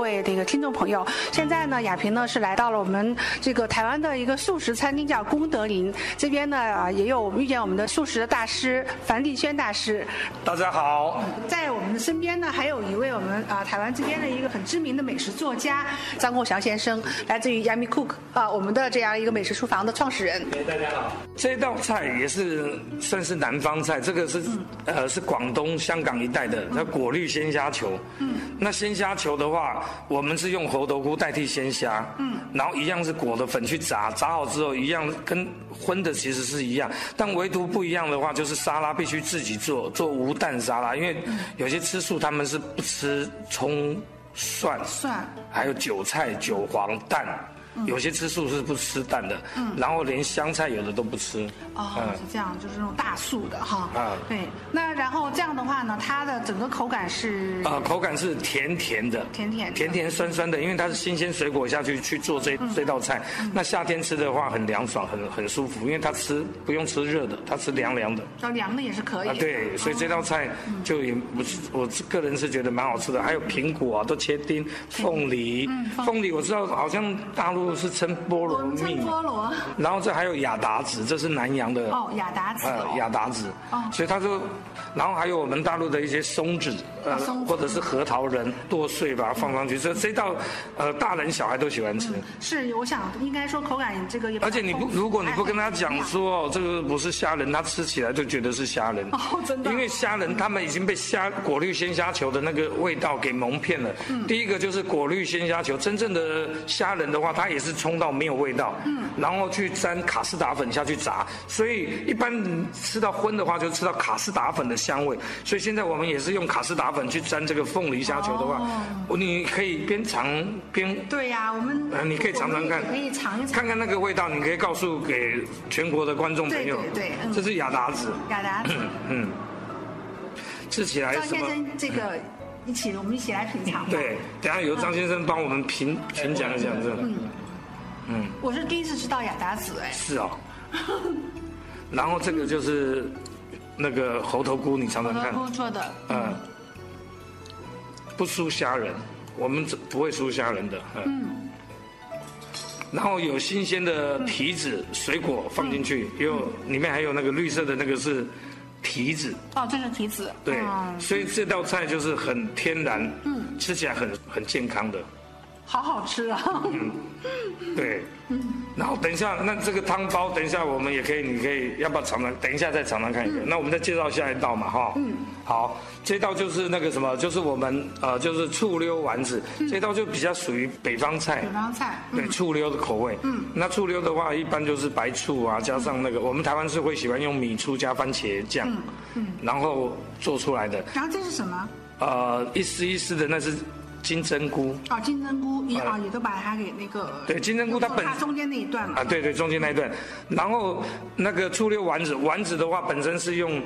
位这个听众朋友，现在呢，亚萍呢是来到了我们这个台湾的一个素食餐厅，叫功德林。这边呢啊也有遇见我们的素食的大师樊丽轩大师，大家好，在我们的身边呢还有一位我们啊台湾这边的一个很知名的美食作家张国祥先生，来自于 Yummy Cook 啊，我们的这样一个美食厨房的创始人。这道菜也是算是南方菜，这个是、呃是广东、香港一带的，叫果绿鲜虾球。嗯，那鲜虾球的话，我们是用猴头菇代替鲜虾，嗯，然后一样是裹的粉去炸，炸好之后一样跟荤的其实是一样，但唯独不一样的话就是沙拉必须自己做，做无蛋沙拉，因为有些吃素他们是不吃葱、蒜、蒜还有韭菜、韭黄、蛋。嗯有些吃素是不吃蛋的，然后连香菜有的都不吃。哦，嗯是这样，就是那种大素的哈。啊对，那然后这样的话呢，它的整个口感是呃，口感是甜甜的，甜甜的甜甜酸酸的，因为它是新鲜水果下去去做这、嗯这道菜。那夏天吃的话很凉爽，很很舒服，因为它吃不用吃热的，它吃凉凉的要凉的也哦嗯是可以啊的。。对，所以这道菜就也不是我个人是觉得蛮好吃的，还有苹果啊都切丁，凤梨，嗯凤梨我知道好像大陆是称菠我萝们蜜哦称，菠萝然后这还有雅达子，这是南洋的哦，雅达子呃，哦雅达子，哦所以它就，然后还有我们大陆的一些松子，呃啊松子或者是核桃仁剁碎把它放上去，所以这道，呃，大人小孩都喜欢吃。是，我想应该说口感这个也比较而且你不丰，富如果你不跟他讲哎说哦这个不是虾仁，他吃起来就觉得是虾仁。哦真的因为虾仁他们已经被虾果绿鲜虾球的那个味道给蒙骗了。嗯第一个就是果绿鲜虾球，真正的虾仁的话，它也是冲到没有味道，嗯，然后去沾卡士达粉下去炸，所以一般吃到荤的话，就吃到卡士达粉的香味。所以现在我们也是用卡士达粉去沾这个凤梨虾球的话，哦你可以边尝边对呀，我们呃，你可以尝尝看我，们也可以尝一尝看看那个味道，你可以告诉给全国的观众朋友，对对对嗯这是雅达子，雅达子。嗯，吃起来张什先么？生，这个一起我们一起来品尝吧。嗯对，等一下由张先生帮我们评评讲一讲这个，嗯我是第一次吃到雅达子，哎，是哦， 然后这个就是那个猴头菇，你尝我尝都看，不错的。嗯，不输虾仁，我们这不会输虾仁的，嗯。然后有新鲜的提子、嗯水果放进去，也有里面还有那个绿色的那个是提子，哦，这是提子。对，嗯所以这道菜就是很天然，哦嗯，吃起来很很健康的，好好吃啊！嗯对，然后等一下，那这个汤包，等一下我们也可以，你可以要不要尝尝？等一下再尝尝看一个。那我们再介绍下一道嘛，哈。嗯。好，这道就是那个什么，就是我们呃，就是醋溜丸子，这道就比较属于北方菜。北方菜，嗯对醋溜的口味，嗯，那醋溜的话，一般就是白醋啊，加上那个我们台湾是会喜欢用米醋加番茄酱，嗯，然后做出来的，然后这是什么？呃，一丝一丝的那是金针菇哦，金针菇也呃啊，也都把它给那个对金针菇它本它中间那一段嘛啊，，对对，中间那一段，然后那个醋溜丸子，丸子的话本身是用。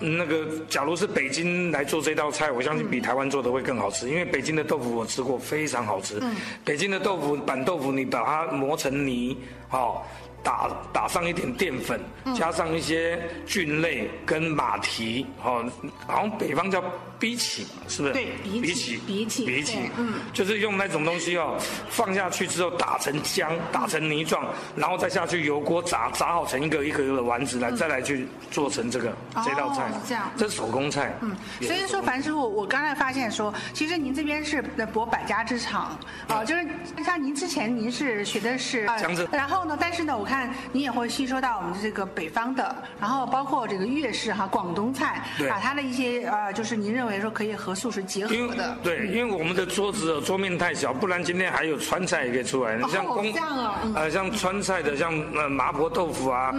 那个，假如是北京来做这道菜，我相信比台湾做的会更好吃，因为北京的豆腐我吃过，非常好吃。嗯北京的豆腐板豆腐，你把它磨成泥，哦，打打上一点淀粉，嗯加上一些菌类跟马蹄，哦，好像北方叫荸荠，是不是？对荸荠荸荸荠荸荠对，嗯就是用那种东西哦，放下去之后打成浆，打成泥状，然后再下去油锅炸，炸好成一个一个一个的丸子来，再来去做成这个嗯哦这道菜是。这样这是手工菜。嗯，所以说，樊师傅，我刚才发现说，其实您这边是呃博百家之长啊，就是像您之前您是学的是啊嗯江浙然后呢，但是呢，我看你也会吸收到我们这个北方的，然后包括这个粤式哈、广东菜，对把它的一些呃，就是您认为说可以和素食结因合为的，对，因为我们的桌子哦桌面太小，不然今天还有川菜也可以出来。你像哦这样啊嗯嗯呃，像川菜的，像呃麻婆豆腐啊，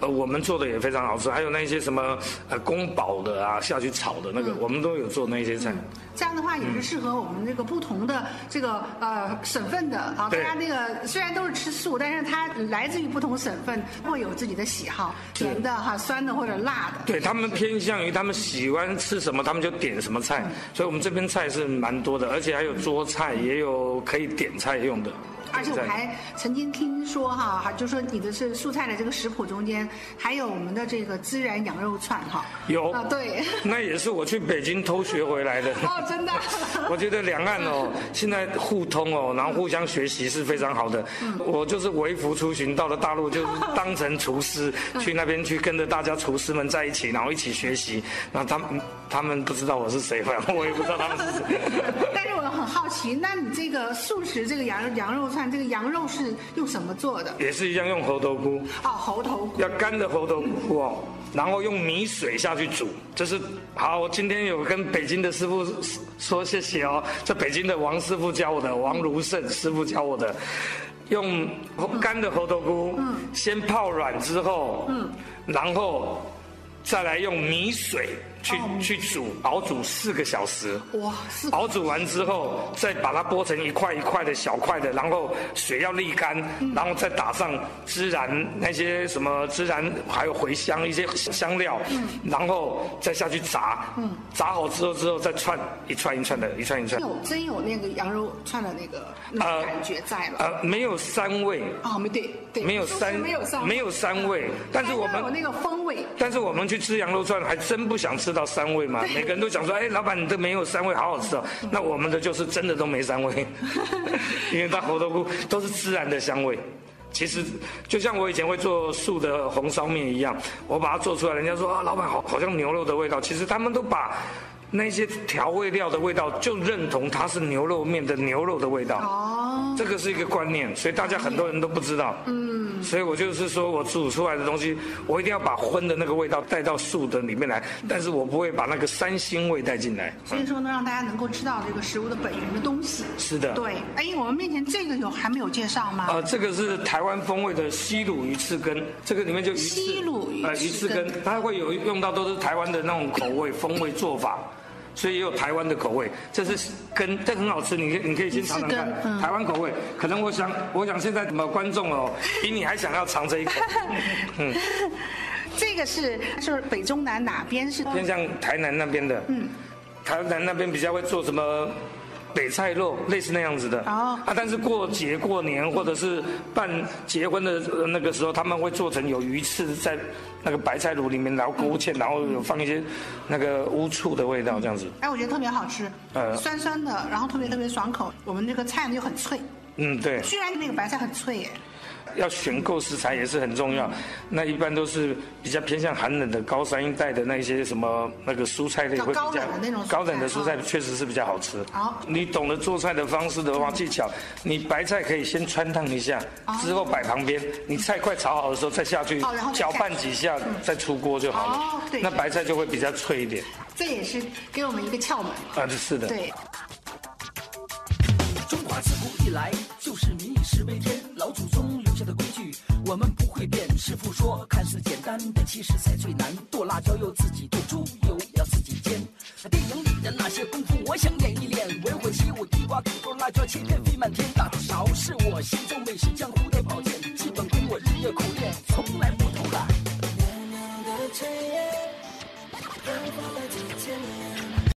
呃，我们做的也非常好吃。还有那些什么呃宫保的啊，下去炒的那嗯个，我们都有做那些菜。这样的话也是适合我们这个不同的这个呃省份的啊，大对家那个虽然都是吃素，但是它来自于不同省份，会有自己的喜好，是甜的哈、酸的或者辣的。对他们偏向于他们喜欢吃什么，他们就点什么菜，所以我们这边菜是蛮多的，而且还有桌菜，也有可以点菜用的。而且我还曾经听说哈，哈就说你的是蔬菜的这个食谱中间还有我们的这个孜然羊肉串哈。有啊，对。那也是我去北京偷学回来的。 哦，真的。 我觉得两岸哦，现在互通哦，然后互相学习是非常好的。嗯我就是微服出巡，到了大陆就是当成厨师，嗯去那边去跟着大家厨师们在一起，然后一起学习。然后他们他们不知道我是谁，反正我也不知道他们是谁。 但是我很好奇，那你这个素食这个羊肉羊肉串，这个羊肉是用什么做的？也是一样用猴头菇，哦，猴头菇。要干的猴头菇哦，然后用米水下去煮，这是好。我今天有跟北京的师傅说谢谢哦，这北京的王师傅教我的，王如胜师傅教我的，用干的猴头菇，嗯，先泡软之后，嗯，然后再来用米哦水去、去煮，熬煮四个小时，哇，是熬煮完之后，再把它剥成一块一块的小块的，然后水要沥干，嗯然后再打上孜然那些什么孜然，还有茴香一些香料，嗯然后再下去炸，炸好之后之后再串一串一串的，一串一串。有真有那个羊肉串的那个那个呃感觉在了。呃，没有膻味，哦，没对对，没有就是膻，没有膻味，没有膻味，但是我要有们。那个风味。但是我们去吃羊肉串，还真不想吃到膻味嘛。每个人都想说，哎，老板你的没有膻味，好好吃哦。那我们的就是真的都没膻味，哦 因为它猴头菇都是自然的香味。其实就像我以前会做素的红烧面一样，我把它做出来，人家说啊，老板好好像牛肉的味道。其实他们都把那些调味料的味道就认同它是牛肉面的牛肉的味道。哦，这个是一个观念，所以大家很多人都不知道。嗯，所以我就是说我煮出来的东西，我一定要把荤的那个味道带到素的里面来，但是我不会把那个三星味带进来。所以说呢，让大家能够知道这个食物的本源的东西。是的，。对，哎，我们面前这个有还没有介绍吗？呃，这个是台湾风味的西鲁鱼翅羹，这个里面就鱼翅，西鲁鱼呃翅鱼翅羹羹，它会有用到都是台湾的那种口味风味做法，所以也有台湾的口味。这是羹，这很好吃，你可以你可以先尝尝鱼翅看、羹嗯台湾口味。可能我想我想现在什么观众哦，比你还想要尝这一口。这个是是北中南哪边是？偏向台南那边的。嗯，台南那边比较会做什么北菜肉，类似那样子的。哦啊，但是过节过年或者是办结婚的呃那个时候，他们会做成有鱼翅在那个白菜卤里面，然后勾芡，然后有放一些那个乌醋的味道，这样子。哎，我觉得特别好吃，呃酸酸的，然后特别特别爽口。我们这个菜呢又很脆，嗯，对。居然那个白菜很脆耶。要选购食材也是很重要。那一般都是比较偏向寒冷的高山一带的那一些什么那个蔬菜类会比较高冷的那种蔬菜高冷的蔬菜哦确实是比较好吃。好你懂得做菜的方式的话技巧，你白菜可以先穿烫一下，之后摆旁边，你菜快炒好的时候再下去哦然后再嗯搅拌几下，再出锅就好哦了对。那白菜就会比较脆一点。这也是给我们一个窍门。啊，是的。对，中华自古以来就是民以食为天，老祖宗留下的规矩我们不会变。师傅说，看似简单，但其实才最难。剁辣椒要自己剁，猪油也要自己煎。电影里的那些功夫，我想演一练。文火起舞，地瓜土豆辣椒切片飞满天，大头勺是我心中美食